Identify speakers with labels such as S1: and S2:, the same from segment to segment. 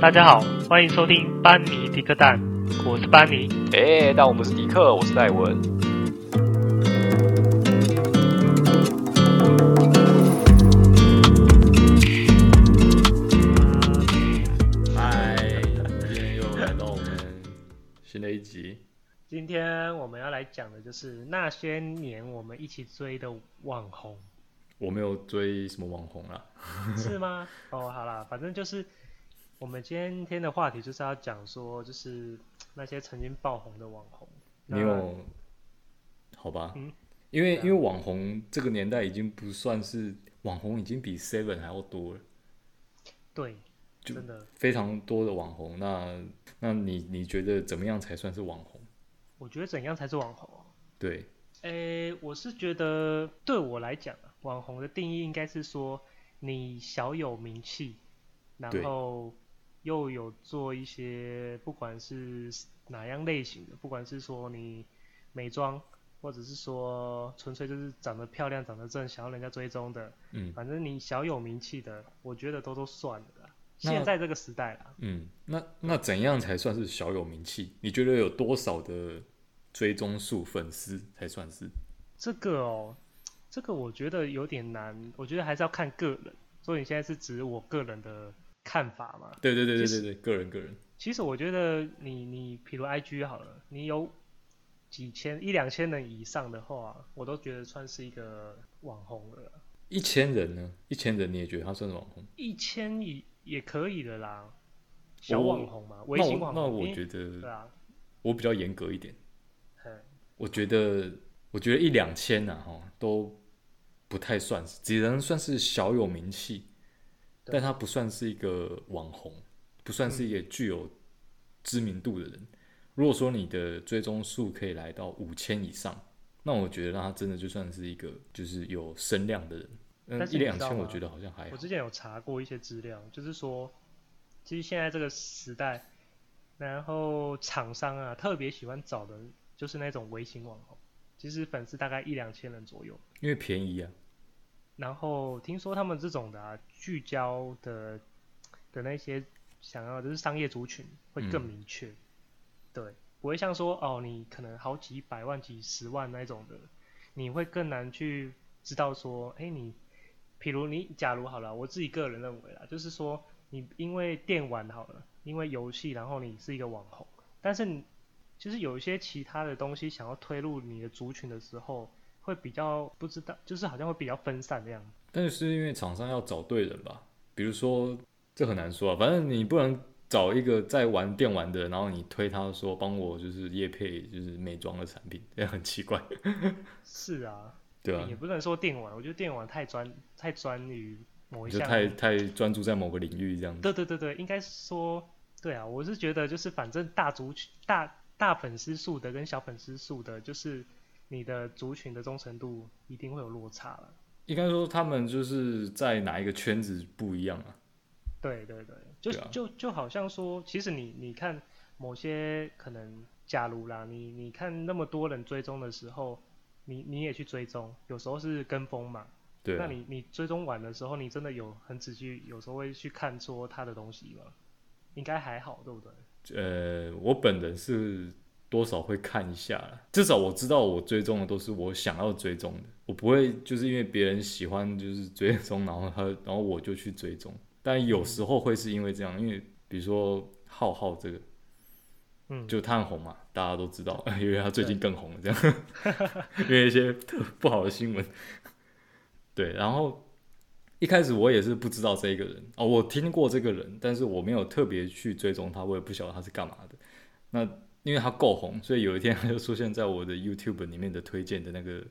S1: 大家好，欢迎收听班尼迪克蛋，我是班尼。
S2: 哎、那我们是迪克，我是戴文。
S3: 嗨，哎今天又来到我们新的一集。
S1: 今天我们要来讲的就是那些年我们一起追的网 红，
S3: 我没有追什么网红啦，
S1: 是吗？哦，好啦，反正就是我们今天的话题就是要讲说，就是那些曾经爆红的网红。那
S3: 你有？好吧
S1: 嗯，
S3: 因为因为网红这个年代已经不算是网红，已经比 Seven 还要多了，
S1: 对，
S3: 就
S1: 真的，
S3: 非常多的网红。那那你你觉得怎么样才算是网红？
S1: 我觉得怎样才是网红哦？
S3: 对，
S1: 诶，我是觉得对我来讲啊，网红的定义应该是说你小有名气，然
S3: 对
S1: 后又有做一些不管是哪样类型的，不管是说你美妆，或者是说纯粹就是长得漂亮、长得正，想要人家追踪的，
S3: 嗯
S1: 反正你小有名气的，我觉得都都算了啦。
S3: 那
S1: 现在这个时代啦，
S3: 嗯，那那怎样才算是小有名气？你觉得有多少的追踪数粉丝才算是？
S1: 这个哦，这个我觉得有点难，我觉得还是要看个人。所以你现在是指我个人的看法嘛？
S3: 对对对对
S1: 其
S3: 对对，个人个人，
S1: 其实我觉得你你，比如 IG 好了，你有几千一两千人以上的话，我都觉得算是一个网红了啦。
S3: 一千人呢？一千人你也觉得他算是网红？
S1: 一千以也可以的啦，小网红嘛，微
S3: 那
S1: 信
S3: 我
S1: 网红。
S3: 那我
S1: 因为
S3: 觉
S1: 对
S3: 得
S1: 啊，
S3: 我比较严格一点，
S1: 嗯，
S3: 我觉得我觉得一两千呐、啊、哈都不太算是，只能算是小有名气，
S1: 对嗯
S3: 但他不算是一个网红，不算是一个具有知名度的人。如果说你的追踪数可以来到五千以上，那我觉得那他真的就算是一个就是有声量的人。
S1: 但
S3: 嗯，
S1: 是
S3: 一
S1: 你
S3: 两
S1: 知道
S3: 千我
S1: 吗
S3: 觉得好像还好
S1: 我。之前有查过一些资料，就是说，其实现在这个时代，然后厂商啊特别喜欢找的就是那种微型网红，其实粉丝大概一两千人左右。
S3: 因为便宜啊，
S1: 然后听说他们这种的、啊、聚焦的的那些想要就是商业族群会更
S3: 嗯
S1: 明确，对，不会像说哦你可能好几百万、几十万那种的，你会更难去知道说，哎你，譬如你假如好了，我自己个人认为啦，就是说你因为电玩好了，因为游戏，然后你是一个网红，但是你就是有一些其他的东西想要推入你的族群的时候。会比较不知道，就是好像会比较分散的样子。
S3: 但是因为厂商要找对人吧，比如说这很难说啊，反正你不能找一个在玩电玩的，然后你推他说帮我就是业配就是美妆的产品，这样很奇怪，
S1: 是啊，
S3: 对啊
S1: 也，不能说电玩，我觉得电玩太专太专于某一
S3: 就
S1: 项。
S3: 太太专注在某个领域这样子。
S1: 对对对对，应该是说，对啊，我是觉得就是反正大族群大大粉丝数的跟小粉丝数的，就是你的族群的忠诚度一定会有落差了。
S3: 应该说他们就是在哪一个圈子不一样啊，
S1: 对对对，就、
S3: 对啊
S1: 就就好像说，其实你你看某些可能，假如啦，你你看那么多人追踪的时候，你你也去追踪，有时候是跟风嘛，
S3: 对
S1: 那
S3: 啊，
S1: 你你追踪完的时候，你真的有很仔细，有时候会去看说他的东西吗？应该还好，对不对？
S3: 呃，我本人是多少会看一下啦，至少我知道我追踪的都是我想要追踪的，我不会就是因为别人喜欢就是追踪，然后他然后我就去追踪。但有时候会是因为这样，因为比如说浩浩这个
S1: 嗯，
S3: 就他很红嘛，大家都知道，因为他最近更红了，这样， 因为一些特不好的新闻。对，然后一开始我也是不知道这一个人哦，我听过这个人，但是我没有特别去追踪他，我也不晓得他是干嘛的。那因为他够红，所以有一天他就出现在我的 YouTube 里面的推荐的那个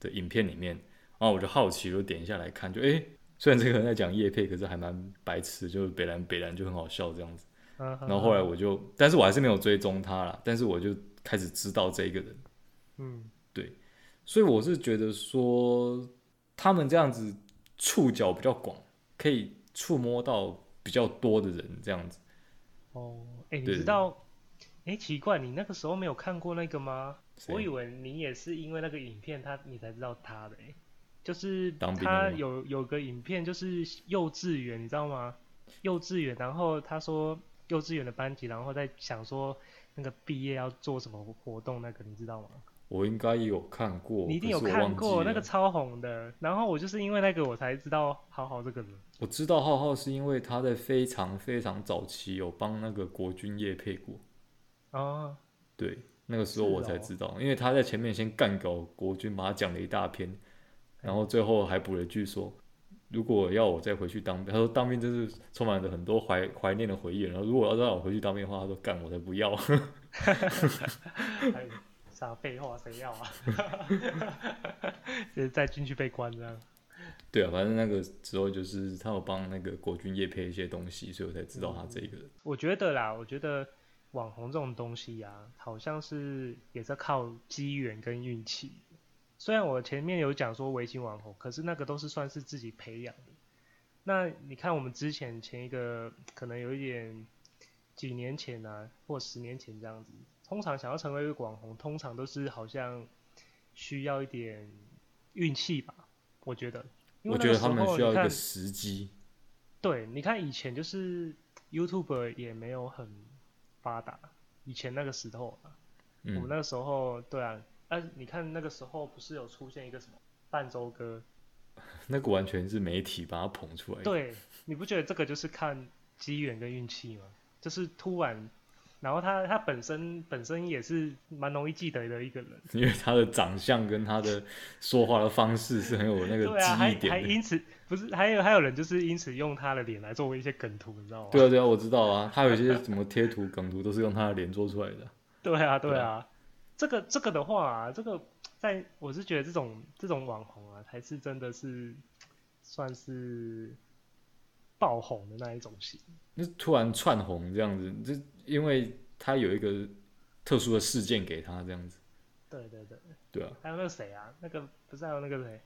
S3: 的影片里面，然后我就好奇，就点一下来看，就诶，虽然这个人在讲叶配，可是还蛮白痴，就是北兰北兰就很好笑这样子。
S1: 嗯哼
S3: 然后后来我就，但是我还是没有追踪他啦，但是我就开始知道这一个人，
S1: 嗯，
S3: 所以我是觉得说，他们这样子触角比较广，可以触摸到比较多的人，这样子。
S1: 哦，哎、你
S3: 对
S1: 知道？哎、奇怪，你那个时候没有看过那个吗？
S3: 谁
S1: 我以为你也是因为那个影片他你才知道他的、诶就是
S3: 当兵的
S1: 他
S3: 那个
S1: 有有个影片就是幼稚园，你知道吗？幼稚园，然后他说幼稚园的班级，然后在想说那个毕业要做什么活动，那个你知道吗？
S2: 我应该也有看过，
S1: 你一定有
S2: 可是我忘
S1: 看过
S2: 记
S1: 那
S2: 了
S1: 个超红的，然后我就是因为那个我才知道好好这个人，
S2: 我知道浩浩是因为他在非常非常早期有帮那个国军业配过，
S1: 哦，
S2: 对，那个时候
S1: 是
S2: 我才
S1: 哦
S2: 知道，因为他在前面先干搞国军，把他讲了一大篇，
S1: 哎
S2: 然后最后还补了一句说，如果要我再回去当兵，他说当兵真是充满了很多怀怀念的回忆，然后如果要让我回去当兵的话，他说干我才不要，
S1: 还有哎啥废话谁要啊？ 就是再进去被关这样。
S2: 对啊，反正那个时候就是他有帮那个国军业配一些东西，所以我才知道他这个人。
S1: 我觉得啦，我觉得网红这种东西呀、好像是也是靠机缘跟运气。虽然我前面有讲说微信网红，可是那个都是算是自己培养的。那你看我们之前前一个可能有一点几年前啊，或十年前这样子，通常想要成为一个网红，通常都是好像需要一点运气吧，我觉得。嗯因为
S2: 我
S1: 那
S2: 觉得
S1: 时
S2: 他们
S1: 候
S2: 需要
S1: 你
S2: 一个
S1: 看
S2: 时机，
S1: 对，你看以前就是 YouTube 也没有很发达，以前那个时候啊，我们
S2: 嗯，
S1: 那个时候对啊，但、你看那个时候不是有出现一个什么伴奏歌？
S2: 那个完全是媒体把他捧出来的。
S1: 对，你不觉得这个就是看机缘跟运气吗？就是突然，然后他他本身本身也是蛮容易记得的一个人，
S2: 因为他的长相跟他的说话的方式是很有那个
S1: 对啊，还
S2: 记忆
S1: 还
S2: 点的。
S1: 因此不是还有还有人就是因此用他的脸来作为一些梗图，你知道吗？
S2: 对啊，对啊，我知道啊，他有一些什么贴图、梗图都是用他的脸做出来的。
S1: 对啊，
S2: 对
S1: 对啊，这个这个的话、啊，这个在我是觉得这种这种网红啊，才是真的是算是爆红的那一种型。
S2: 那突然窜红这样子，这因为他有一个特殊的事件给他这样子，
S1: 对对对，
S2: 对啊，
S1: 还有那个谁啊，那个不是还有那个谁，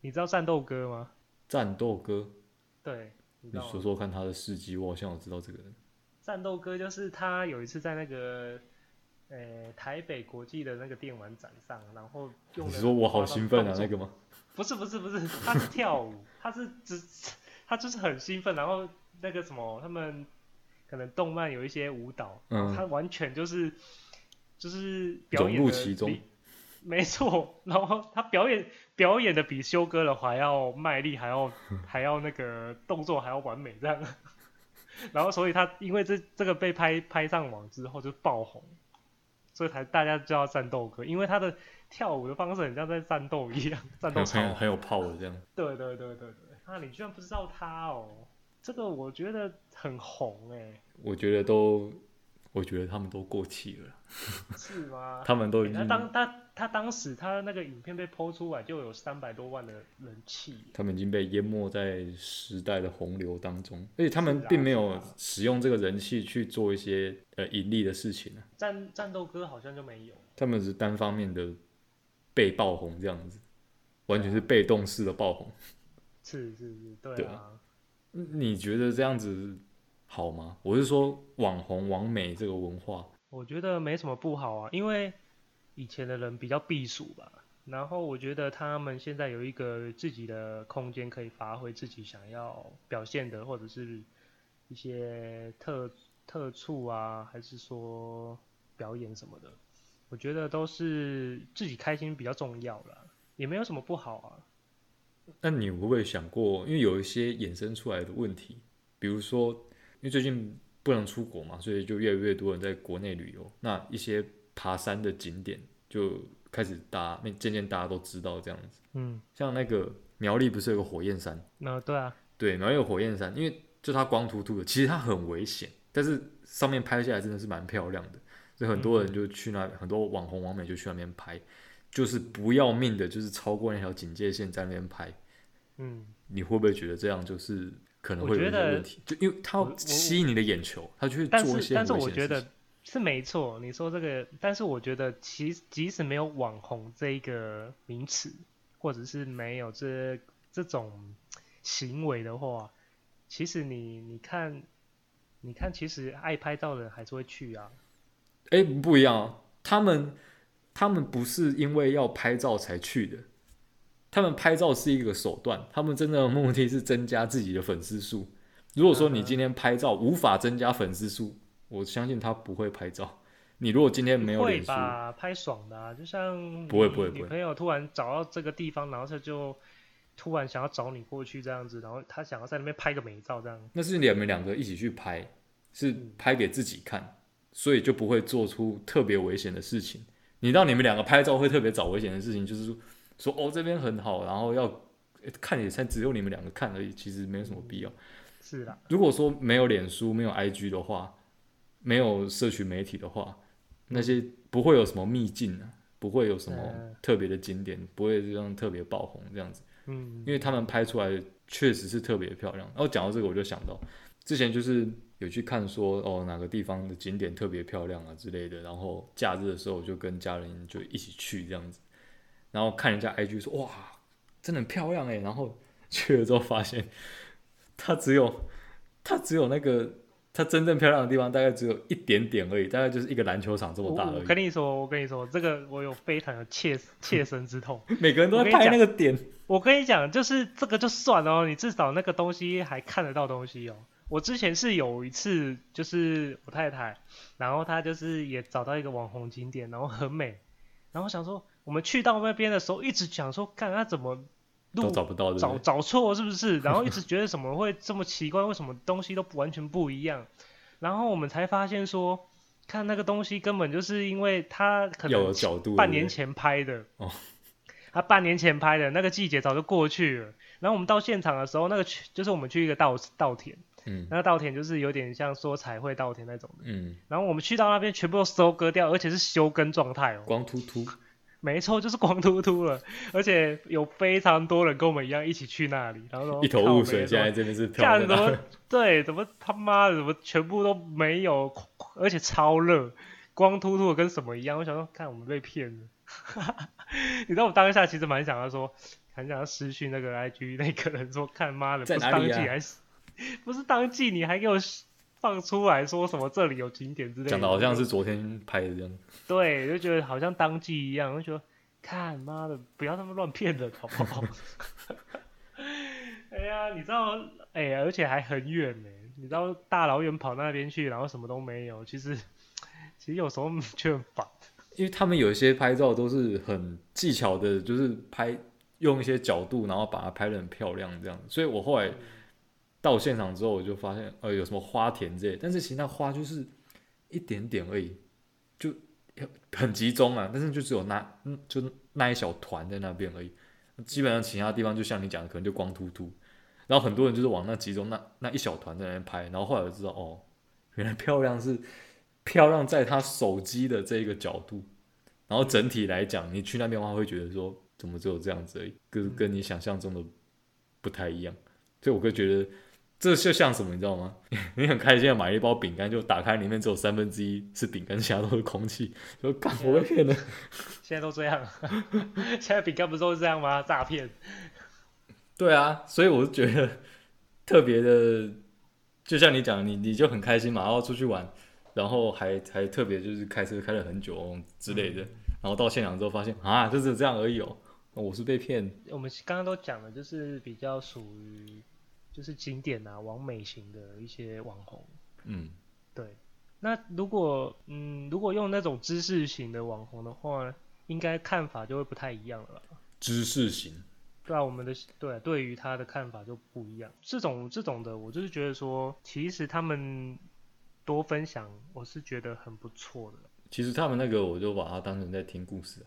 S1: 你知道战斗哥吗？
S2: 战斗哥，
S1: 对，你知
S2: 你
S1: 道吗
S2: 说说看他的事迹，我好像有知道这个人。
S1: 战斗哥就是他有一次在那个。呃，台北国际的那个电玩展上，然后用
S2: 你
S1: 了
S2: 说我好兴奋啊
S1: 动，作
S2: 那个吗？
S1: 不是不是不是，他是跳舞，他是只他就是很兴奋，然后那个什么，他们可能动漫有一些舞蹈，
S2: 嗯
S1: 他完全就是就是表
S2: 融
S1: 演
S2: 入
S1: 的
S2: 其中
S1: 比， 没错，然后他表演表演的比修哥的还要卖力，还 要还要那个动作还要完美这样， 然后所以他因为这这个被拍拍上网之后就爆红，所以才大家叫他战斗哥，因为他的跳舞的方式很像在战斗一样，战
S2: 很
S1: 斗
S2: 有
S1: 操
S2: 很有很有 power 这样。
S1: 对对对对对，啊，你居然不知道他哦，这个我觉得很红哎、
S2: 我觉得都，我觉得他们都过气了啦，
S1: 是吗？
S2: 他们都已
S1: 他
S2: 经，
S1: 当他他当时他那个影片被剖出来就有三百多万的人气，
S2: 他们已经被淹没在时代的洪流当中，而且他们
S1: 是啊
S2: 并没有
S1: 是啊
S2: 使用这个人气去做一些呃盈利的事情啊，
S1: 战战斗哥好像就没有，
S2: 他们只是单方面的被爆红这样子，完全是被动式的爆红。
S1: 是是是，对
S2: 对
S1: 啊，
S2: 你觉得这样子好吗？我是说网红、网美这个文化，
S1: 我觉得没什么不好啊，因为以前的人比较避暑吧，然后我觉得他们现在有一个自己的空间可以发挥自己想要表现的，或者是一些特特处啊，还是说表演什么的，我觉得都是自己开心比较重要啦，也没有什么不好啊。
S2: 那你会不会想过，因为有一些衍生出来的问题，比如说，因为最近不能出国嘛，所以就越来越多人在国内旅游，那一些爬山的景点就开始大家，那渐渐大家都知道这样子。
S1: 嗯，
S2: 像那个苗栗不是有个火焰山？
S1: 那对啊，
S2: 对，苗栗有火焰山，因为就它光秃秃的，其实它很危险，但是上面拍下来真的是蛮漂亮的，所以很多人就去那，很多网红网美就去那边拍，就是不要命的，就是超过那条警戒线在那边拍。
S1: 嗯，
S2: 你会不会觉得这样就是可能
S1: 我
S2: 会有
S1: 觉
S2: 一些
S1: 得
S2: 问题？就因为他
S1: 我
S2: 要
S1: 我
S2: 吸引你的眼球，他去
S1: 但
S2: 做一
S1: 是
S2: 些
S1: 但是
S2: 很危
S1: 我
S2: 险的
S1: 觉得
S2: 事情。
S1: 是没错，你说这个，但是我觉得其即使没有网红这一个名词，或者是没有这这种行为的话，其实你你看，你看，其实爱拍照的人还是会去啊。
S2: 哎、不一样啊！他们他们不是因为要拍照才去的，他们拍照是一个手段，他们真正的目的是增加自己的粉丝数。如果说
S1: 嗯
S2: 你今天拍照无法增加粉丝数，我相信他不会拍照。你如果今天没有
S1: 会
S2: 脸书，
S1: 吧？拍爽的、啊，就像
S2: 不会
S1: 你
S2: 不会不
S1: 女
S2: 会
S1: 朋友突然找到这个地方，然后她就突然想要找你过去这样子，然后她想要在那边拍个美照这样。
S2: 那是你们两个一起去拍，是拍给自己看，所以就不会做出特别危险的事情。你让你们两个拍照会特别找危险的事情，就是说说哦这边很好，然后要呃看也才只有你们两个看而已，其实没有什么必要。
S1: 是啦，
S2: 如果说没有脸书、没有 IG 的话，没有社群媒体的话，那些不会有什么秘境啊，不会有什么
S1: 嗯
S2: 特别的景点，不会这样特别爆红这样子。
S1: 嗯，
S2: 因为他们拍出来确实是特别漂亮。然后讲到这个，我就想到之前就是有去看说哦哪个地方的景点特别漂亮啊之类的，然后假日的时候我就跟家人就一起去这样子，然后看人家 IG 说哇真的很漂亮哎，然后去了之后发现它只有它只有那个。它真正漂亮的地方大概只有一点点而已，大概就是一个篮球场这
S1: 我
S2: 么大
S1: 我
S2: 而
S1: 跟
S2: 已。
S1: 你说，我跟你说，这个我有非常有 切切身之痛。
S2: 每个人都
S1: 我
S2: 在
S1: 跟你
S2: 拍
S1: 讲
S2: 那个点，
S1: 我跟你讲，就是这个就算哦，你至少那个东西还看得到东西哦。我之前是有一次，就是我太太，然后她就是也找到一个网红景点，然后很美，然后想说我们去到那边的时候，一直想说，看她怎么
S2: 都
S1: 路
S2: 找不到的。
S1: 找找错是不 是？然后一直觉得怎么会这么奇怪，为什么东西都不完全不一样？然后我们才发现说，看那个东西根本就是因为它可
S2: 要有
S1: 能
S2: 角度，
S1: 半
S2: 对不对
S1: 年前拍的
S2: 哦，
S1: 他半年前拍的那个季节早就过去了。然后我们到现场的时候，那个去就是我们去一个稻稻田，
S2: 嗯
S1: 那个稻田就是有点像说彩绘稻田那种的。
S2: 嗯，
S1: 然后我们去到那边全部都收割掉，而且是休耕状态哦。
S2: 光秃秃，
S1: 没错，就是光秃秃了，而且有非常多人跟我们一样一起去那里，然后说
S2: 一头雾水，现在
S1: 在
S2: 这边是漂
S1: 干
S2: 亮
S1: 什么
S2: 的。？
S1: 对，怎么他妈的怎么全部都没有，而且超热，光秃秃的跟什么一样？我想说，看我们被骗了。 你知道我当下其实蛮想要说，很想要失去那个 IG 那个人说，看妈的，不
S2: 在
S1: 是
S2: 哪
S1: 当
S2: 里
S1: 季
S2: 啊
S1: 还是、不是当季，你还给我放出来说什么这里有景点之类的，
S2: 讲的好像是昨天拍的这样，
S1: 对，就觉得好像当季一样，就觉得看妈的，不要他妈乱骗人好不好？ 哎呀，你知道，哎呀，而且还很远呢，你知道大老远跑那边去，然后什么都没有，其实其实有时候就很烦。
S2: 因为他们有一些拍照都是很技巧的，就是拍用一些角度，然后把它拍得很漂亮这样。所以我后来到现场之后，我就发现，呃，有什么花田之类，但是其实那花就是一点点而已，就很集中啊，但是就只有那， 嗯就那一小团在那边而已。基本上其他地方就像你讲的，可能就光秃秃。然后很多人就是往那集中那那一小团在那边拍，然后后来我就知道，哦，原来漂亮是 漂亮在他手机的这一个角度，然后整体来讲，你去那边的话会觉得说，怎么只有这样子而已，跟跟你想象中的不太一样，所以我会觉得这就像什么，你知道吗？ 你很开心的买了一包饼干，就打开里面只有三分之一是饼干，其他都是空气，就干我被骗了。
S1: 现在都这样， 现在饼干不是都是这样吗？诈骗。
S2: 对啊，所以我就觉得特别的，就像你讲，你你就很开心嘛，然后出去玩，然后还还特别就是开车开了很久哦之类的，
S1: 嗯
S2: 然后到现场之后发现啊，就只有这样而已哦，我是被骗，
S1: 我们刚刚都讲了，就是比较属于就是景点啊、完美型的一些网红。
S2: 嗯，
S1: 对，那如果嗯，如果用那种知识型的网红的话，应该看法就会不太一样了吧。
S2: 知识型，
S1: 对啊，我们的对对于他的看法就不一样。这种这种的，我就是觉得说，其实他们多分享，我是觉得很不错的。
S2: 其实他们那个我就把它当成在听故事啊、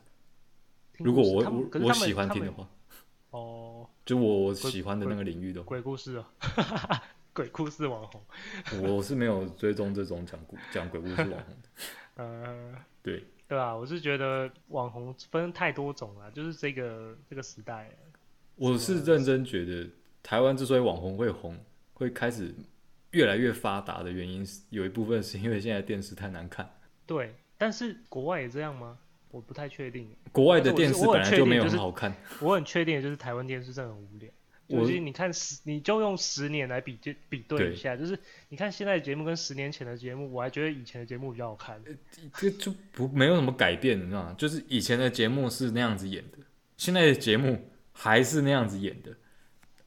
S1: 听
S2: 如果
S1: 故事
S2: 我
S1: 他们
S2: 我
S1: 嗯可是
S2: 我
S1: 他们
S2: 喜欢
S1: 他
S2: 听的
S1: 们
S2: 话，
S1: 哦，
S2: 就我我喜欢的那个领域的话，
S1: 鬼故事哦，鬼故事网红，
S2: 我是没有追踪这种讲故讲鬼故事网红 的，
S1: 呃，
S2: 对，
S1: 对啊，我是觉得网红分太多种了，就是这个这个时代了，
S2: 我是认真觉得，台湾之所以网红会红，会开始越来越发达的原因是，有一部分是因为现在电视太难看。
S1: 对，但是国外也这样吗？我不太确定。
S2: 国外的电视本来就没有
S1: 但是
S2: 很
S1: 我
S2: 好看，
S1: 我很确定，就是台湾电视真的很无聊。
S2: 我
S1: 就是你看十，你就用十年来比对比对
S2: 对
S1: 一下，就是你看现在的节目跟十年前的节目，我还觉得以前的节目比较好看。
S2: 呃这就不没有什么改变，你知道吗？就是以前的节目是那样子演的，现在的节目还是那样子演的。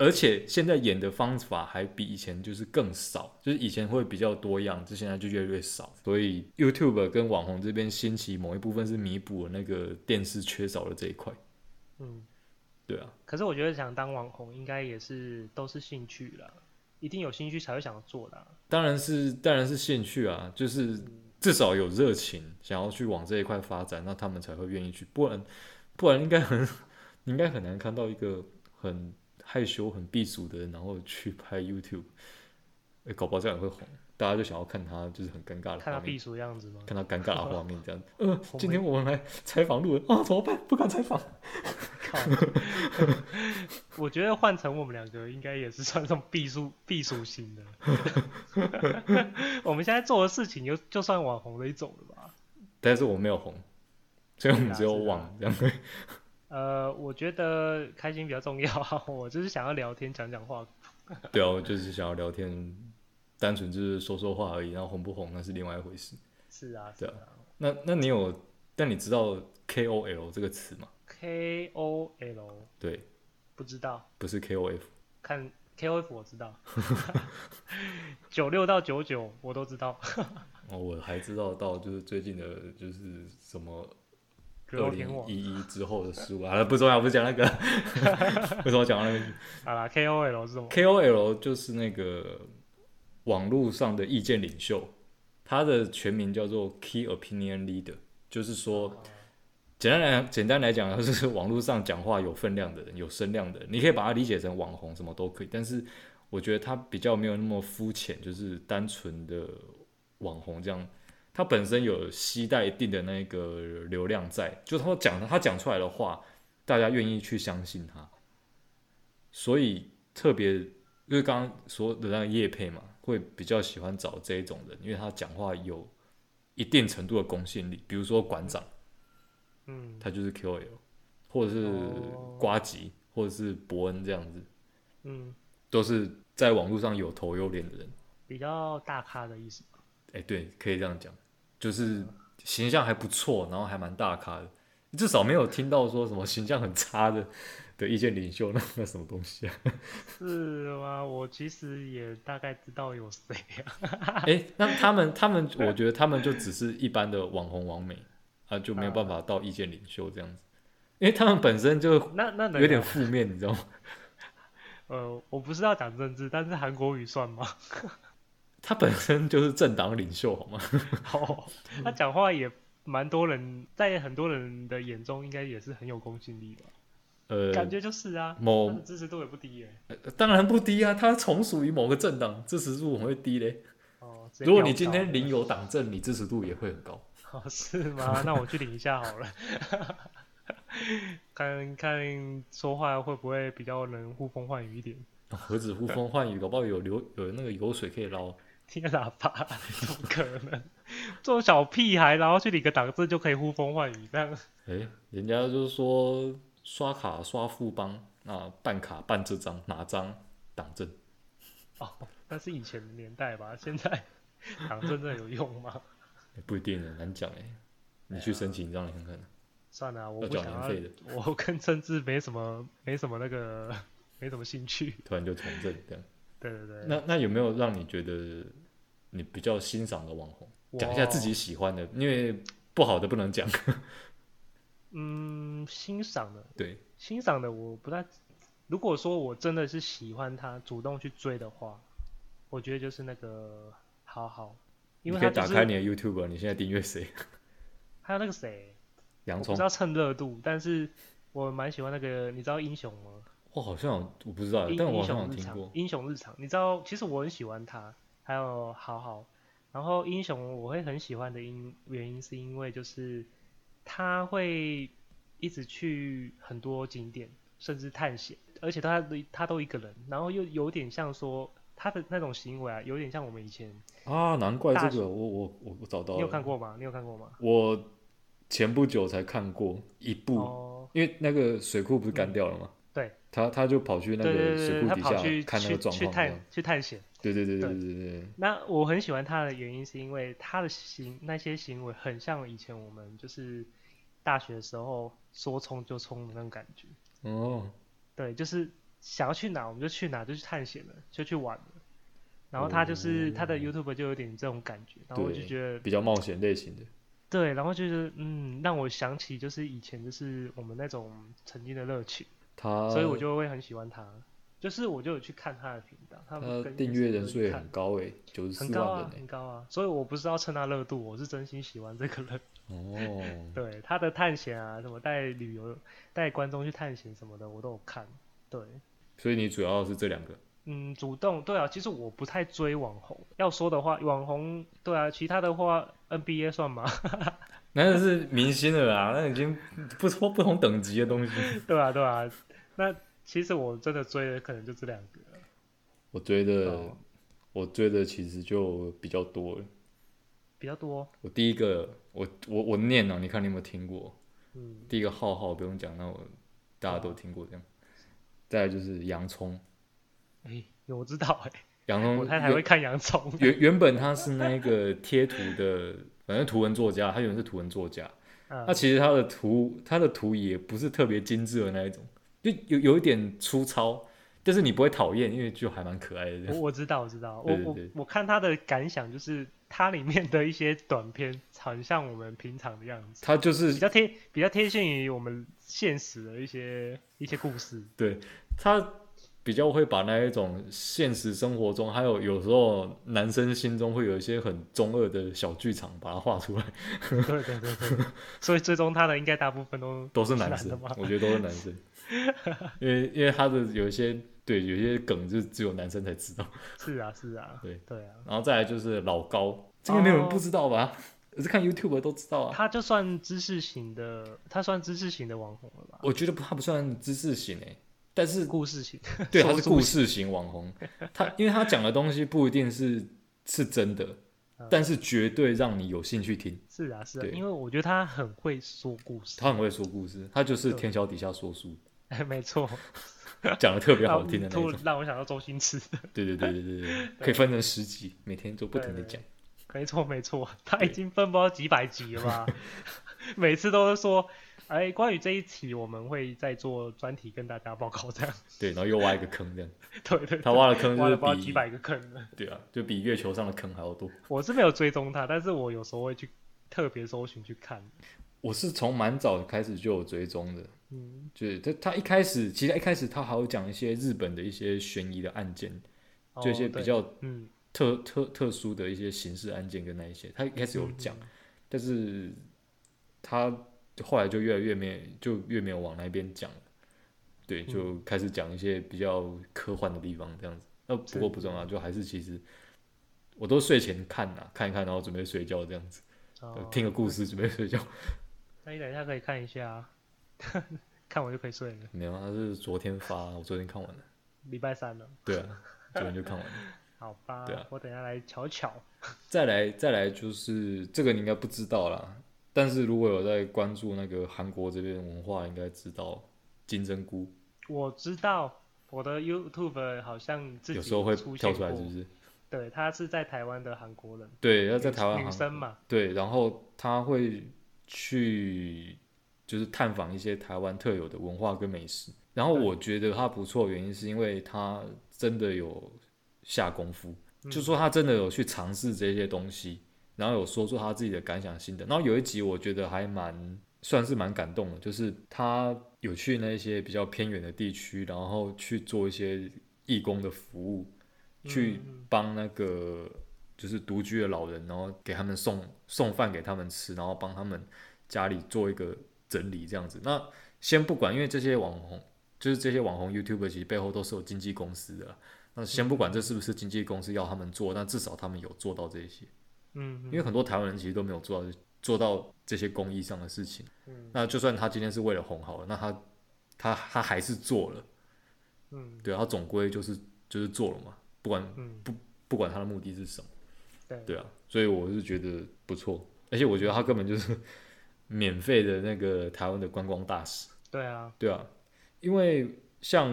S2: 而且现在演的方法还比以前就是更少，就是以前会比较多样，就现在就越来越少。所以 YouTube 跟网红这边兴起某一部分是弥补了那个电视缺少的这一块。
S1: 嗯，
S2: 对啊，
S1: 可是我觉得想当网红应该也是都是兴趣啦，一定有兴趣才会想做啊啦。
S2: 当然是当然是兴趣啊，就是至少有热情，想要去往这一块发展，那他们才会愿意去，不然不然应该很 你应该很难看到一个很害羞、很避暑的人，然后去拍 YouTube，、欸、搞不好这样也会红，大家就想要看他就是很尴尬的
S1: 看他
S2: 画
S1: 避
S2: 面。
S1: 暑的样子吗？
S2: 看他尴尬的画面，这样。呃，
S1: 我
S2: 今天我们来采访路人啊，怎么办？不敢 采访。
S1: 啊靠！我觉得换成我们两个，应该也是算这种避暑避暑型 的。 我们现在做的事情就就算网红的一种了吧？
S2: 但是我没有红，所以我们只有
S1: 是啊
S2: 网这样。
S1: 呃，我觉得开心比较重要啊，我就是想要聊天讲讲话。
S2: 对啊，我就是想要聊天，单纯就是说说话而已，然后红不红那是另外一回事。
S1: 是啊，是
S2: 对啊
S1: 啊。
S2: 那那你有，但你知道 KOL 这个词吗？
S1: K O L
S2: 对，
S1: 不知道，
S2: 不是 KOF，
S1: 看 K O F 我知 道，九六到九九我都知道，
S2: 哦，我还知道到就是最近的，就是什么
S1: 格斗
S2: 二
S1: 天
S2: 零
S1: 王。
S2: 一一之后的事物啊，不重要，不是讲那个， 为什么讲到那个
S1: 好啦 k O L 是什么？
S2: KOL 就是那个网络上的意见领袖，他的全名叫做 Key Opinion Leader，就是说，
S1: 哦
S2: 简单来简单来讲，他就是网络上讲话有分量的人，有声量的人，你可以把它理解成网红，什么都可以。但是我觉得他比较没有那么肤浅，就是单纯的网红这样。他本身有携带一定的那个流量在，就他讲他讲出来的话，大家愿意去相信他，所以特别就是刚刚说的那个叶配嘛，会比较喜欢找这一种人，因为他讲话有一定程度的公信力。比如说馆长，
S1: 嗯
S2: 他就是 QL，或者是
S1: 哦
S2: 瓜吉，或者是伯恩这样子，
S1: 嗯，
S2: 都是在网络上有头有脸的人。
S1: 比较大咖的意思。
S2: 哎、对，可以这样讲，就是形象还不错，然后还蛮大咖的，至少没有听到说什么形象很差的的意见领袖那那什么东西啊？
S1: 是吗？我其实也大概知道有谁 啊。
S2: 哎、那 他们他们，我觉得他们就只是一般的网红网美啊，就没有办法到意见领袖这样子，因为他们本身就
S1: 那那能
S2: 有点负面，你知道吗？
S1: 呃，我不是要讲政治，但是韩国语算吗？
S2: 他本身就是政党领袖好吗？
S1: 哦， 他讲话也蛮多人，在很多人的眼中应该也是很有公信力吧？
S2: 呃，
S1: 感觉就是啊，
S2: 某
S1: 他的支持度也不低耶。
S2: 当然不低啊，他从属于某个政党，支持度很会低嘞。
S1: 哦，直接
S2: 如果
S1: 飙
S2: 你今
S1: 高
S2: 天领有党政，你支持度也会很高。
S1: 哦，是吗？ 那我去领一下好了， 看看说话会不会比较能呼风唤雨一点。
S2: 哦何止呼风唤雨，搞不好有流有那个油水可以捞。
S1: 天喇叭，怎么可能？这种小屁孩，然后去领个党字就可以呼风唤雨，这样
S2: 哎、人家就是说刷卡刷富邦啊，办卡办这张哪张党证？
S1: 哦，那是以前的年代吧？现在 党真的有用吗？
S2: 欸不一定很难讲哎、你去申请一张来看看。
S1: 算了啊，啊我
S2: 要
S1: 不
S2: 缴
S1: 想
S2: 年费的
S1: 要，我跟政治没什么没什么那个没什么兴趣。
S2: 突然就从政这样。
S1: 对对对，
S2: 那那有没有让你觉得你比较欣赏的网红？
S1: 我
S2: 讲一下自己喜欢的，因为不好的不能讲。
S1: 嗯欣赏的
S2: 对，
S1: 欣赏的我不太，如果说我真的是喜欢他，主动去追的话，我觉得就是那个好好，因为
S2: 你可
S1: 他
S2: 以
S1: 就
S2: 打
S1: 是
S2: 开你的 YouTube，你现在订阅谁？
S1: 还有那个谁。
S2: 洋
S1: 我
S2: 葱
S1: 不知。道蹭热度，但是我蛮喜欢那个，你知道英雄吗？
S2: 我哦好像有我不知道欸，
S1: 英
S2: 但我
S1: 英
S2: 好像有
S1: 雄日
S2: 听
S1: 常
S2: 过，。
S1: 英雄日常，你知道，其实我很喜欢他，还有好好，然后英雄我会很喜欢的因原因是因为就是他会一直去很多景点，甚至探险，而且他他都一个人，然后又有点像说他的那种行为啊，有点像我们以前，
S2: 啊，难怪
S1: 大
S2: 这个我我我我找到了。
S1: 你有看？过吗？你有看过吗？
S2: 我前不久才看过一部，
S1: 哦，
S2: 因为那个水库不是干掉了吗？
S1: 对
S2: 他他就跑去那
S1: 对对
S2: 个
S1: 对对，
S2: 水库
S1: 他
S2: 底
S1: 跑去
S2: 下看那
S1: 去
S2: 个状
S1: 去
S2: 况这样
S1: 探。去探险。
S2: 对对对对
S1: 对
S2: 对对对。
S1: 那我很喜欢他的原因是因为他的行那些行为很像以前我们就是大学的时候说冲就冲的那种感觉。
S2: 哦，
S1: 对，就是想要去哪我们就去哪，就去探险了，就去玩了。然后他就是、他的 YouTube 就有点这种感觉，然后我就
S3: 哦对
S1: 觉得
S3: 比较冒险类型的，
S1: 对，然后就是嗯，让我想起就是以前就是我们那种曾经的热情，
S3: 他
S1: 所以我就会很喜欢他。就是我就有去看他的频道，他
S3: 他
S1: 们更
S3: 呃订阅人数也
S1: 很
S3: 很高诶，九十
S1: 很
S3: 四
S1: 高
S3: 万
S1: 啊
S3: 人，
S1: 很高啊，所以我不是要蹭他热度，我是真心喜欢这个人。
S3: 诶。哦，
S1: 对他的探险啊，什么带旅游、带观众去探险什么的，我都有看。对，
S2: 所以你主要是这两个，
S1: 嗯，主动对啊，其实我不太追网红。要说的话，网红对啊，其他的话 NBA 算吗？
S2: 那是明星了啦，那已经不说不同等级的东西。
S1: 对啊，对啊。那其实我真的追的可能就这两个了。
S3: 我追的
S1: 哦
S3: 我追的其实就比较多了。
S1: 比较多。
S2: 我第一个，我我我念哦，你看你有没有听过？
S1: 嗯，
S2: 第一个浩浩不用讲，那我大家都听过这样。再来就是洋葱，
S1: 哎、我知道、哎，
S2: 洋葱
S3: 嗯
S1: 我太太会看洋葱。
S2: 原原本他是那个贴图的，反正图文作家，他原本是图文作家。
S1: 嗯
S2: 他其实他的图，他的图也不是特别精致的那一种，就有有一点粗糙，但是你不会讨厌，因为就还蛮可爱的这
S1: 我
S2: 样。
S1: 我知道，我知道，我
S2: 对对
S1: 我
S2: 对
S1: 我看他的感想就是，他里面的一些短片很像我们平常的样子，
S2: 他就是
S1: 比较贴比较贴近于我们现实的一些一些故事。
S2: 他比较会把那一种现实生活中，还有有时候男生心中会有一些很中二的小剧场，把它画出来，
S1: 对对对对，所以最终他的应该大部分都
S2: 都是
S1: 是
S2: 男
S1: 男的
S2: 生
S1: 吗，
S2: 我觉得都是男生，因为因为他的有一些对有一些梗就只有男生才知道。
S1: 是啊是啊，
S2: 对
S1: 对啊，
S2: 然后再来就是老高，哦这个没有人不知道吧？我是看 YouTube 都知道啊。
S1: 他就算知识型的，他算知识型的网红了吧？
S2: 我觉得他不算知识型诶、欸但是
S1: 故事型，
S2: 对
S1: 说
S2: 他是
S1: 出
S2: 故事型网 红，他因为他讲的东西不一定是是真的，但是绝对让你有兴趣听。
S1: 是啊是啊，
S2: 对
S1: 因为我觉得他很会说故事，
S2: 他很会说故事，他就是天桥底下说书，
S1: 没错，
S2: 讲的特别好
S1: 让
S2: 听的那
S1: 突
S2: 一种。
S1: 让我想到周星驰。
S2: 对对对对对对，可以分成十集，每天都不停的
S1: 对对
S2: 讲。
S1: 没错没错，他已经分不到几百集了 吧？每次都是说，哎，关于这一题我们会再做专题跟大家报告这样。
S2: 对，然后又挖一个坑 这样，
S1: 对对
S2: 他挖的
S1: 挖
S2: 坑就
S1: 了
S2: 是
S1: 不知道几
S2: 比
S1: 百个坑了。
S2: 对啊，就比月球上的坑还要多。
S1: 我是没有追踪他，但是我有时候会去特别搜寻去看。
S2: 我是从蛮早开始就有追踪的，
S1: 嗯，
S2: 就是他他一开始其实一开始他还有讲一些日本的一些悬疑的案件，
S1: 哦
S2: 就一些比
S1: 对
S2: 较
S1: 嗯
S2: 特特特殊的一些刑事案件跟那一些，他一开始有
S1: 嗯
S2: 讲，但是他后来就越来越没就越没有往那边讲了，对，
S1: 嗯
S2: 就开始讲一些比较科幻的地方这样子。那不过
S1: 是
S2: 不重要，就还是其实我都睡前看呐、看一看，然后准备睡觉这样子，
S1: 哦
S2: 听个故事准备睡觉。
S1: 那你等一下可以看一下啊， 看完就可以睡了。
S2: 没有，他是昨天发，我昨天看完了，
S1: 礼拜三了，
S2: 对啊，昨天就看完了。
S1: 好吧，
S2: 对啊
S1: 我等一下来瞧瞧。
S2: 再来再来就是这个你应该不知道啦，但是如果有在关注那个韩国这边文化，应该知道金针菇
S1: 我知道我的 YouTube 好像自己
S2: 有时候会
S1: 出
S2: 跳
S1: 现
S2: 出来，
S1: 过
S2: 是不是？
S1: 对，他是在台湾的韩国人，
S2: 对，要在台湾
S1: 女
S2: 韩
S1: 生嘛，
S2: 对，然后他会去就是探访一些台湾特有的文化跟美食。然后
S1: 对
S2: 我觉得他不错，的原因是因为他真的有下功夫，
S1: 嗯
S2: 就说他真的有去尝试这些东西，然后有说出他自己的感想心得。然后有一集我觉得还蛮算是蛮感动的，就是他有去那些比较偏远的地区，然后去做一些义工的服务，去
S1: 嗯
S2: 帮那个就是独居的老人，然后给他们送送饭给他们吃，然后帮他们家里做一个整理这样子。那先不管，因为这些网红就是这些网红 YouTuber 其实背后都是有经纪公司的啦。那先不管这是不是经纪公司要他们做，但至少他们有做到这些，
S1: 嗯，
S2: 因为很多台湾人其实都没有做到做到这些公益上的事情。
S1: 嗯
S2: 那就算他今天是为了红好了，那他他他还是做了，
S1: 嗯
S2: 对啊，他总归就是就是做了嘛，不管
S1: 嗯，
S2: 不管他的目的是什么。
S1: 对
S2: 对啊，所以我是觉得不错，而且我觉得他根本就是免费的那个台湾的观光大使。
S1: 对啊，
S2: 对啊，因为像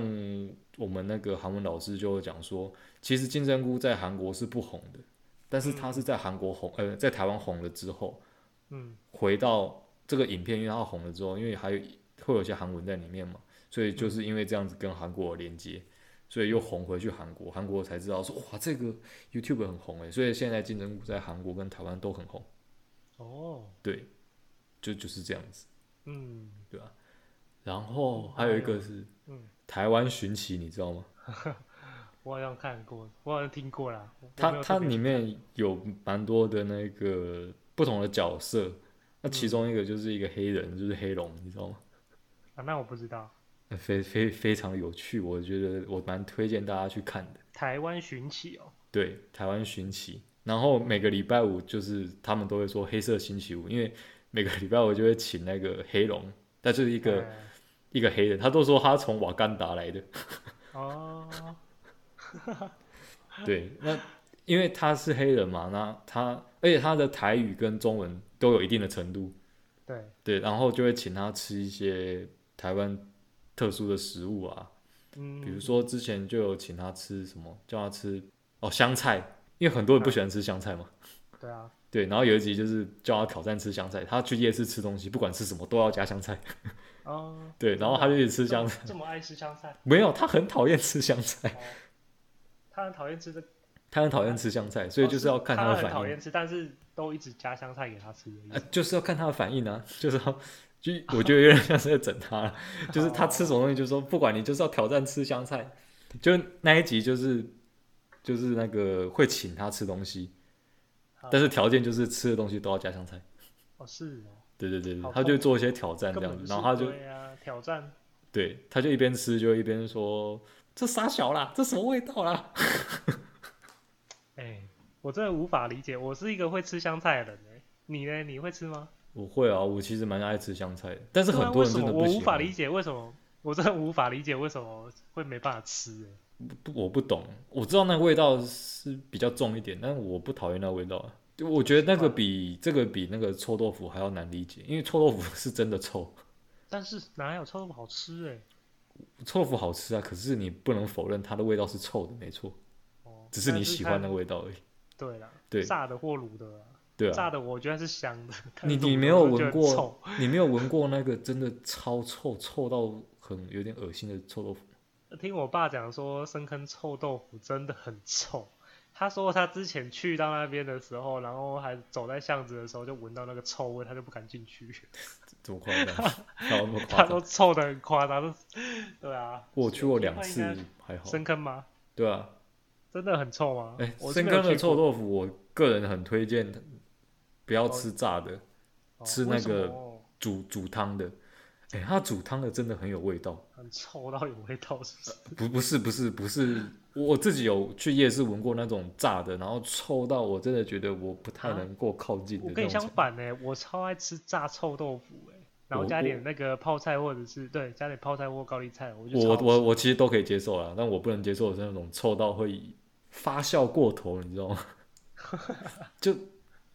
S2: 我们那个韩文老师就有讲说，其实金针菇在韩国是不红的，但是它是在韩国红，呃，在台湾红了之后，
S1: 嗯
S2: 回到这个影片，因为它红了之后，因为还有会有一些韩文在里面嘛，所以就是因为这样子跟韩国有连接，所以又红回去韩国，韩国才知道说哇，这个 YouTube 很红诶，欸所以现在金针菇在韩国跟台湾都很红，
S1: 哦，
S2: 对，就就是这样子。
S1: 嗯，
S2: 然后还有一个是台湾寻奇，你知道吗？
S1: 我好像看过，我好像听过啦。我我没
S2: 它
S1: 有
S2: 它
S1: 特别
S2: 里面有蛮多的那个不同的角色，那
S1: 嗯
S2: 其中一个就是一个黑人，就是黑龙，你知道吗？
S1: 啊，那我不知道。
S2: 呃非非非常有趣，我觉得我蛮推荐大家去看的。
S1: 台湾寻奇哦，
S2: 对，台湾寻奇，然后每个礼拜五就是他们都会说黑色星期五，因为每个礼拜五就会请那个黑龙，他就是一个、
S1: 哎
S2: 一个黑人，他都说他从瓦干达来的。
S1: 哦，
S2: 对，那因为他是黑人嘛，那他而且他的台语跟中文都有一定的程度，
S1: 对，
S2: 对，然后就会请他吃一些台湾特殊的食物啊，
S1: 嗯，
S2: 比如说之前就有请他吃什么，叫他吃哦香菜，因为很多人不喜欢吃香菜嘛。
S1: 对啊，
S2: 对，然后有一集就是叫他挑战吃香菜，他去夜市吃东西，不管吃什么都要加香菜。
S1: 哦，
S2: 对，然后他就一直吃香菜，
S1: 这么爱吃香菜，
S2: 没有，他很讨厌吃香菜，
S1: 他很讨厌吃这个，
S2: 他很讨厌吃香菜，所以就是要看
S1: 他
S2: 的
S1: 很
S2: 反
S1: 讨
S2: 应，
S1: 厌吃，但哦是都一直加香菜给他吃而
S2: 啊
S1: 已。，
S2: 就是要看他的反应啊， 就是要。就我觉得有点像是在整他了，就是他吃什么东西，就说不管你就是要挑战吃香菜，就那一集就是就是那个会请他吃东西， 但是条件就是吃的东西都要加香菜。
S1: 啊哦，是哦，
S2: 对对对，对
S1: 好
S2: 他就做一些挑战这
S1: 根
S2: 样
S1: 本
S2: 子
S1: 就，是
S2: 然后他就
S1: 对啊，挑战，
S2: 对，他就一边吃就一边说：“这傻小啦，这什么味道啦
S1: 哎，我真的无法理解，我是一个会吃香菜的人哎，你呢？你会吃吗？？”
S2: 我会啊，我其实蛮爱吃香菜的，但是
S1: 对啊
S2: 很多
S1: 为
S2: 人
S1: 什
S2: 真
S1: 么
S2: 的不
S1: 我
S2: 喜
S1: 无法
S2: 欢。
S1: 理解为什么，我真的无法理解为什么会没办法吃哎。
S2: 不我不懂，我知道那个味道是比较重一点，但我不讨厌那个味道啊。就我觉得那个比这个比那个臭豆腐还要难理解，因为臭豆腐是真的臭，
S1: 但是哪有臭豆腐好吃哎、
S2: 臭豆腐好吃啊，可是你不能否认它的味道是臭的，没错，
S1: 哦，
S2: 只是你
S1: 但
S2: 喜欢
S1: 它
S2: 那个味道而已。
S1: 对啦，
S2: 对
S1: 炸的或卤的啊、
S2: 对啊，
S1: 炸的我觉得是香的。但
S2: 你
S1: 是
S2: 你
S1: 卤
S2: 没
S1: 的
S2: 有
S1: 我就觉得很
S2: 闻过
S1: 臭？，
S2: 你没有闻过那个真的超臭，臭到很有点恶心的臭豆腐。
S1: 听我爸讲说，深坑臭豆腐真的很臭。他说他之前去到那边的时候，然后还走在巷子的时候就闻到那个臭味，他就不敢进去。
S2: 这么夸 张？哪有那么
S1: 他
S2: 夸
S1: 都
S2: 张？
S1: 臭的很夸张，对啊。
S2: 我去过两
S1: 深
S2: 次
S1: 坑应，
S2: 还好
S1: 该。深坑吗？
S2: 对啊，
S1: 真的很臭吗？
S2: 哎、
S1: 我是
S2: 深
S1: 没有
S2: 坑的
S1: 去
S2: 臭
S1: 过
S2: 豆腐，我个人很推荐，不要吃炸的，
S1: 哦
S2: 吃
S1: 为
S2: 那
S1: 什
S2: 个
S1: 么
S2: 煮煮汤的。哎、它煮汤的真的很有味道。
S1: 很臭到有味道，是不是？
S2: 不，不是，不是，不是，我自己有去夜市闻过那种炸的，然后臭到我真的觉得我不太
S1: 啊
S2: 能够靠近的
S1: 我
S2: 那种程度。
S1: 跟你相反呢、我超爱吃炸臭豆腐哎、然后
S2: 我
S1: 加
S2: 我
S1: 点那个泡菜或者是对，加点泡菜或高丽菜，我就
S2: 我
S1: 超
S2: 我
S1: 我
S2: 我其实都可以接受啦，但我不能接受的是那种臭到会发酵过头，你知道吗？ 就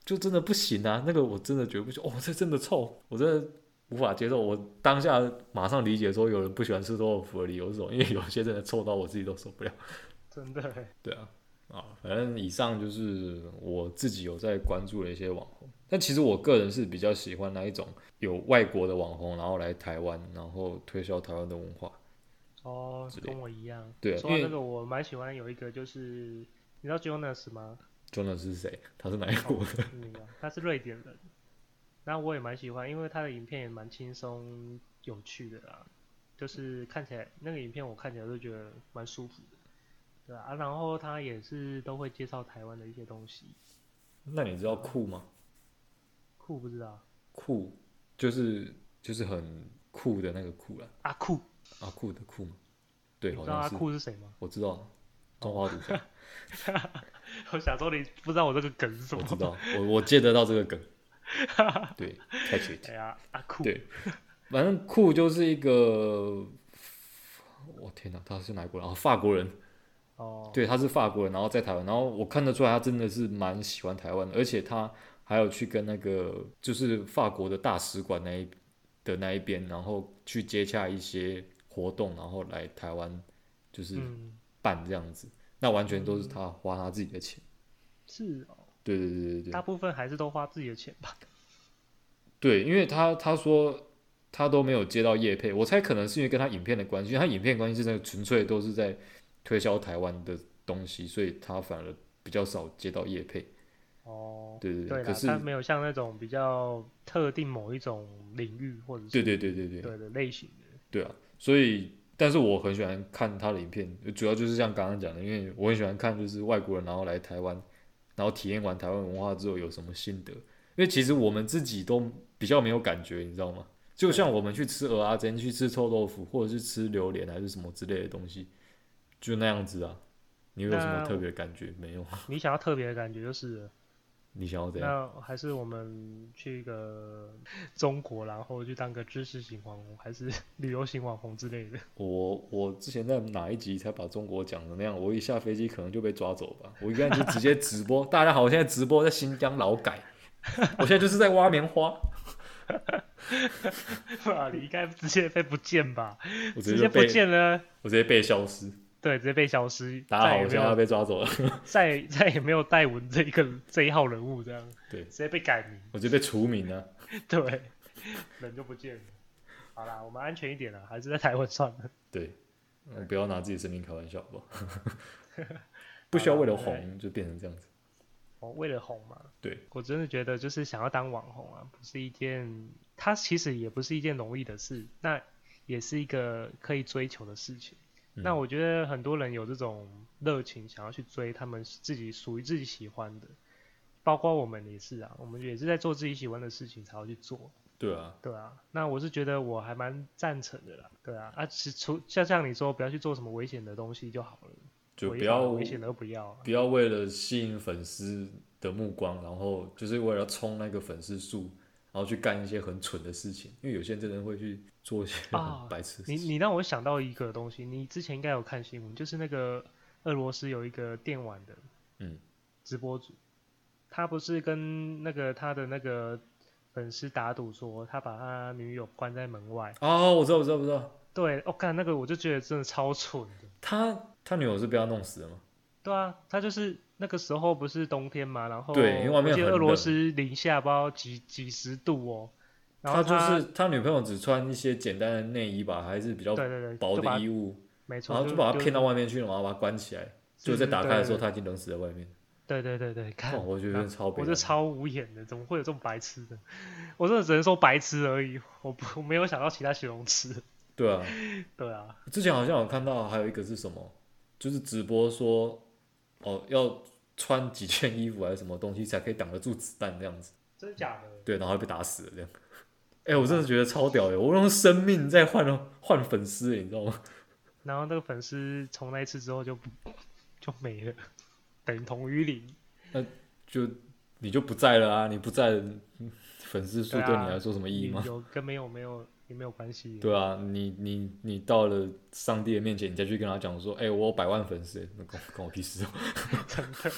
S2: 就真的不行啊！那个我真的觉得不行，哦，这真的臭，我真的无法接受。我当下马上理解说有人不喜欢吃臭豆腐的理由是什么，因为有些真的臭到我自己都受不了。
S1: 真的、欸、
S2: 对啊，啊，反正以上就是我自己有在关注的一些网红，但其实我个人是比较喜欢那一种有外国的网红，然后来台湾，然后推销台湾的文化。
S1: 哦
S2: 之，类
S1: 跟我一样。
S2: 对啊
S1: 说到
S2: 因为
S1: 那个，我蛮喜欢有一个就是。你知道 Jonas 吗？
S2: Jonas 是谁？他是哪一国的？
S1: 嗯，他是瑞典人，然后我也蛮喜欢，因为他的影片也蛮轻松有趣的啦，就是看起来那个影片我看起来就觉得蛮舒服的，对啊，啊然后他也是都会介绍台湾的一些东西，
S2: 那你知道酷吗？
S1: 酷不知道
S2: 酷就是就是很酷的那个酷啦，
S1: 阿酷，
S2: 啊酷的酷吗？对，
S1: 你
S2: 好
S1: 知道阿
S2: 像是，
S1: 啊酷是谁吗？
S2: 我知道，中华独 角，
S1: 我想说你不知道我这个梗是什
S2: 我
S1: 么？
S2: 知道，我我接得到这 个梗，对，catch it，
S1: 哎呀，阿酷，
S2: 对反正酷就是一个，我天哪，他是哪一国人？哦，法国人，
S1: 哦，
S2: 对，他是法国人，然后在台湾，然后我看得出来他真的是蛮喜欢台湾的，而且他还有去跟那个就是法国的大使馆那一的那一边，然后去接洽一些活动，然后来台湾就是
S1: 嗯，
S2: 办这样子，那完全都是他花他自己的钱。
S1: 是哦，
S2: 对对对对
S1: 大
S2: 对
S1: 部分还是都花自己的钱吧，
S2: 对，因为他他说他都没有接到业配，我猜可能是因为跟他影片的关系，因为他影片关系真的纯粹都是在推销台湾的东西，所以他反而比较少接到业配。
S1: 哦，
S2: 对对
S1: 对
S2: 可
S1: 啦，
S2: 是
S1: 它没有像那种比较特定某一种领域或者是
S2: 对对对对对
S1: 对的类型的。
S2: 对啊，所以但是我很喜欢看他的影片，主要就是像刚刚讲的，因为我很喜欢看就是外国人然后来台湾，然后体验完台湾文化之后有什么心得，因为其实我们自己都比较没有感觉，你知道吗？就像我们去吃鹅啊，之前去吃臭豆腐，或者是吃榴莲还是什么之类的东西，就那样子啊。你有什
S1: 那
S2: 么
S1: 我
S2: 特别的感觉没有？
S1: 你想要特别的感觉就是了，
S2: 你想要怎样？
S1: 那还是我们去一个 中国，然后去当个知识型网红，还是 旅游型网红之类的。
S2: 我我之前在哪一集才把中国讲的那样？我一下飞机可能就被抓走吧。我应该就直接直播， 大家好，我现在直播在新疆劳改，我现在就是在挖棉花，
S1: 哇，你应该直接被不见吧？
S2: 我
S1: 直
S2: 接
S1: 接
S2: 就被
S1: 不见了，
S2: 我直接被消失。
S1: 对，直接被消失，
S2: 大家好，
S1: 再也
S2: 我
S1: 没
S2: 现在要
S1: 有
S2: 被抓走了，
S1: 再也再也没有戴文这一个这一号人物这样，
S2: 对
S1: 直接被改名，
S2: 我就被除名了。
S1: 对，人就不见了。好啦，我们安全一点了，还是在台湾算了。
S2: 对，我不要拿自己生命开玩笑，好 不好？不需要为了
S1: 哎
S2: 红就变成这样子。
S1: 哦，为了红嘛，
S2: 对
S1: 我真的觉得就是想要当网红啊，不是一件，它其实也不是一件容易的事，那也是一个可以追求的事情。
S2: 嗯
S1: 那我觉得很多人有这种热情，想要去追他们自己属于自己喜欢的，包括我们也是啊，我们也是在做自己喜欢的事情才要去做。
S2: 对啊，
S1: 对啊，那我是觉得我还蛮赞成的啦。对啊，啊，其实除像像你说，不要去做什么危险的东西就好了，
S2: 就不
S1: 违法
S2: 要
S1: 危险的都不要啊。
S2: 不要为了吸引粉丝的目光，然后就是为了冲那个粉丝数，然后去干一些很蠢的事情。因为有些人真的会去做一些
S1: 啊
S2: 很 白痴的
S1: 你
S2: 事情。
S1: 你让我想到一个东西，你之前应该有看新闻，就是那个俄罗斯有一个电玩的，
S2: 嗯，
S1: 直播主，他不是跟那个他的那个粉丝打赌说，他把他女友关在门外。
S2: 哦，我知道，我知道，我知道。
S1: 对，我、哦、看那个我就觉得真的超蠢的。
S2: 他他女友是被他弄死的吗？
S1: 对啊，他就是那个时候不是冬天嘛，然后
S2: 对因为外面
S1: 我记得
S2: 很
S1: 俄罗
S2: 冷
S1: 斯零下不知道几几十度哦，然后
S2: 就是他女朋友只穿一些简单的内衣吧，还是比较
S1: 对对对，
S2: 薄
S1: 就把
S2: 的衣物，
S1: 没错，
S2: 然后就把他
S1: 就
S2: 骗到外面去，然后把他关起来。
S1: 是
S2: 就在打开的时候，
S1: 对
S2: 他已哦经冷死在外 面。
S1: 对对对对，看
S2: 哇我觉得超悲
S1: 我
S2: 哀
S1: 这超无言的，怎么会有这种白痴的？我真的只能说白痴而已，我不我没有想到其他形容词。
S2: 对啊，
S1: 对啊，
S2: 之前好像有看到还有一个是什么，就是直播说哦要穿几件衣服还是什么东西才可以挡得住子弹这样子，
S1: 真的假的？
S2: 对，然后还被打死了这样。 哎、我真的觉得超屌的，我用生命在换换粉丝，欸你知道吗？
S1: 然后那个粉丝从那一次之后就不就没了，等同于零。
S2: 就你就不在了啊，你不在，嗯粉丝数
S1: 对
S2: 对
S1: 啊
S2: 你来说什么意义
S1: 你
S2: 吗？
S1: 有跟没有没有也没有关系。
S2: 对啊，你你你到了上帝的面前，你再去跟他讲说，哎、我有百万粉丝，那关关我屁事 哦。
S1: 啊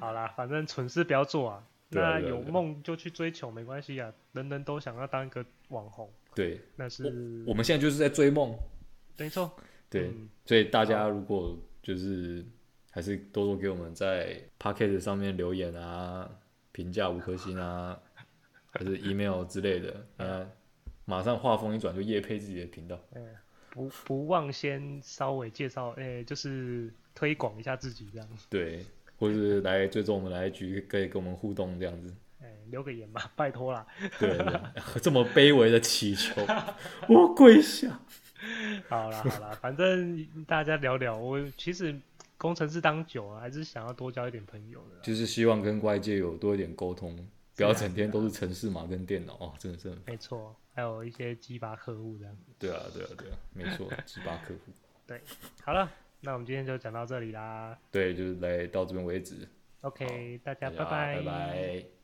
S1: 好啦，反正蠢事不要做啊。
S2: 对啊
S1: 那
S2: 对啊
S1: 有
S2: 对啊
S1: 梦就去追求，没关系啊。人人都想要当一个网红，
S2: 对，
S1: 那是
S2: 我们现在就是在追梦，
S1: 没错。
S2: 对，
S1: 嗯
S2: 所以大家如果就是还是多多给我们在 p o c k e t 上面留言啊，评价五颗星啊，还是 email 之类的，那马上话锋一转就夜配自己的频道。
S1: 哎不不忘先稍微介绍，诶、就是推广一下自己这样，
S2: 对，或是来追踪我们来局，可以跟我们互动这样子。
S1: 哎、留个言吧， 拜托啦。
S2: 对，对这么卑微的祈求， 我跪下。
S1: 好 啦好啦，反正大家聊聊，我其实工程师当久啊了，还是想要多交一点朋友的啦。
S2: 就是希望跟外界有多一点沟通，不要整天都是啊城市码跟电脑哦，真的是很
S1: 没错，还有一些鸡巴客户这样。
S2: 对啊，对啊，对啊，没 错，鸡巴客户。
S1: 好了，那我们今天就讲到这里啦。
S2: 对，就是来到这边为止。
S1: OK，大家
S2: 大家
S1: 拜
S2: 拜拜。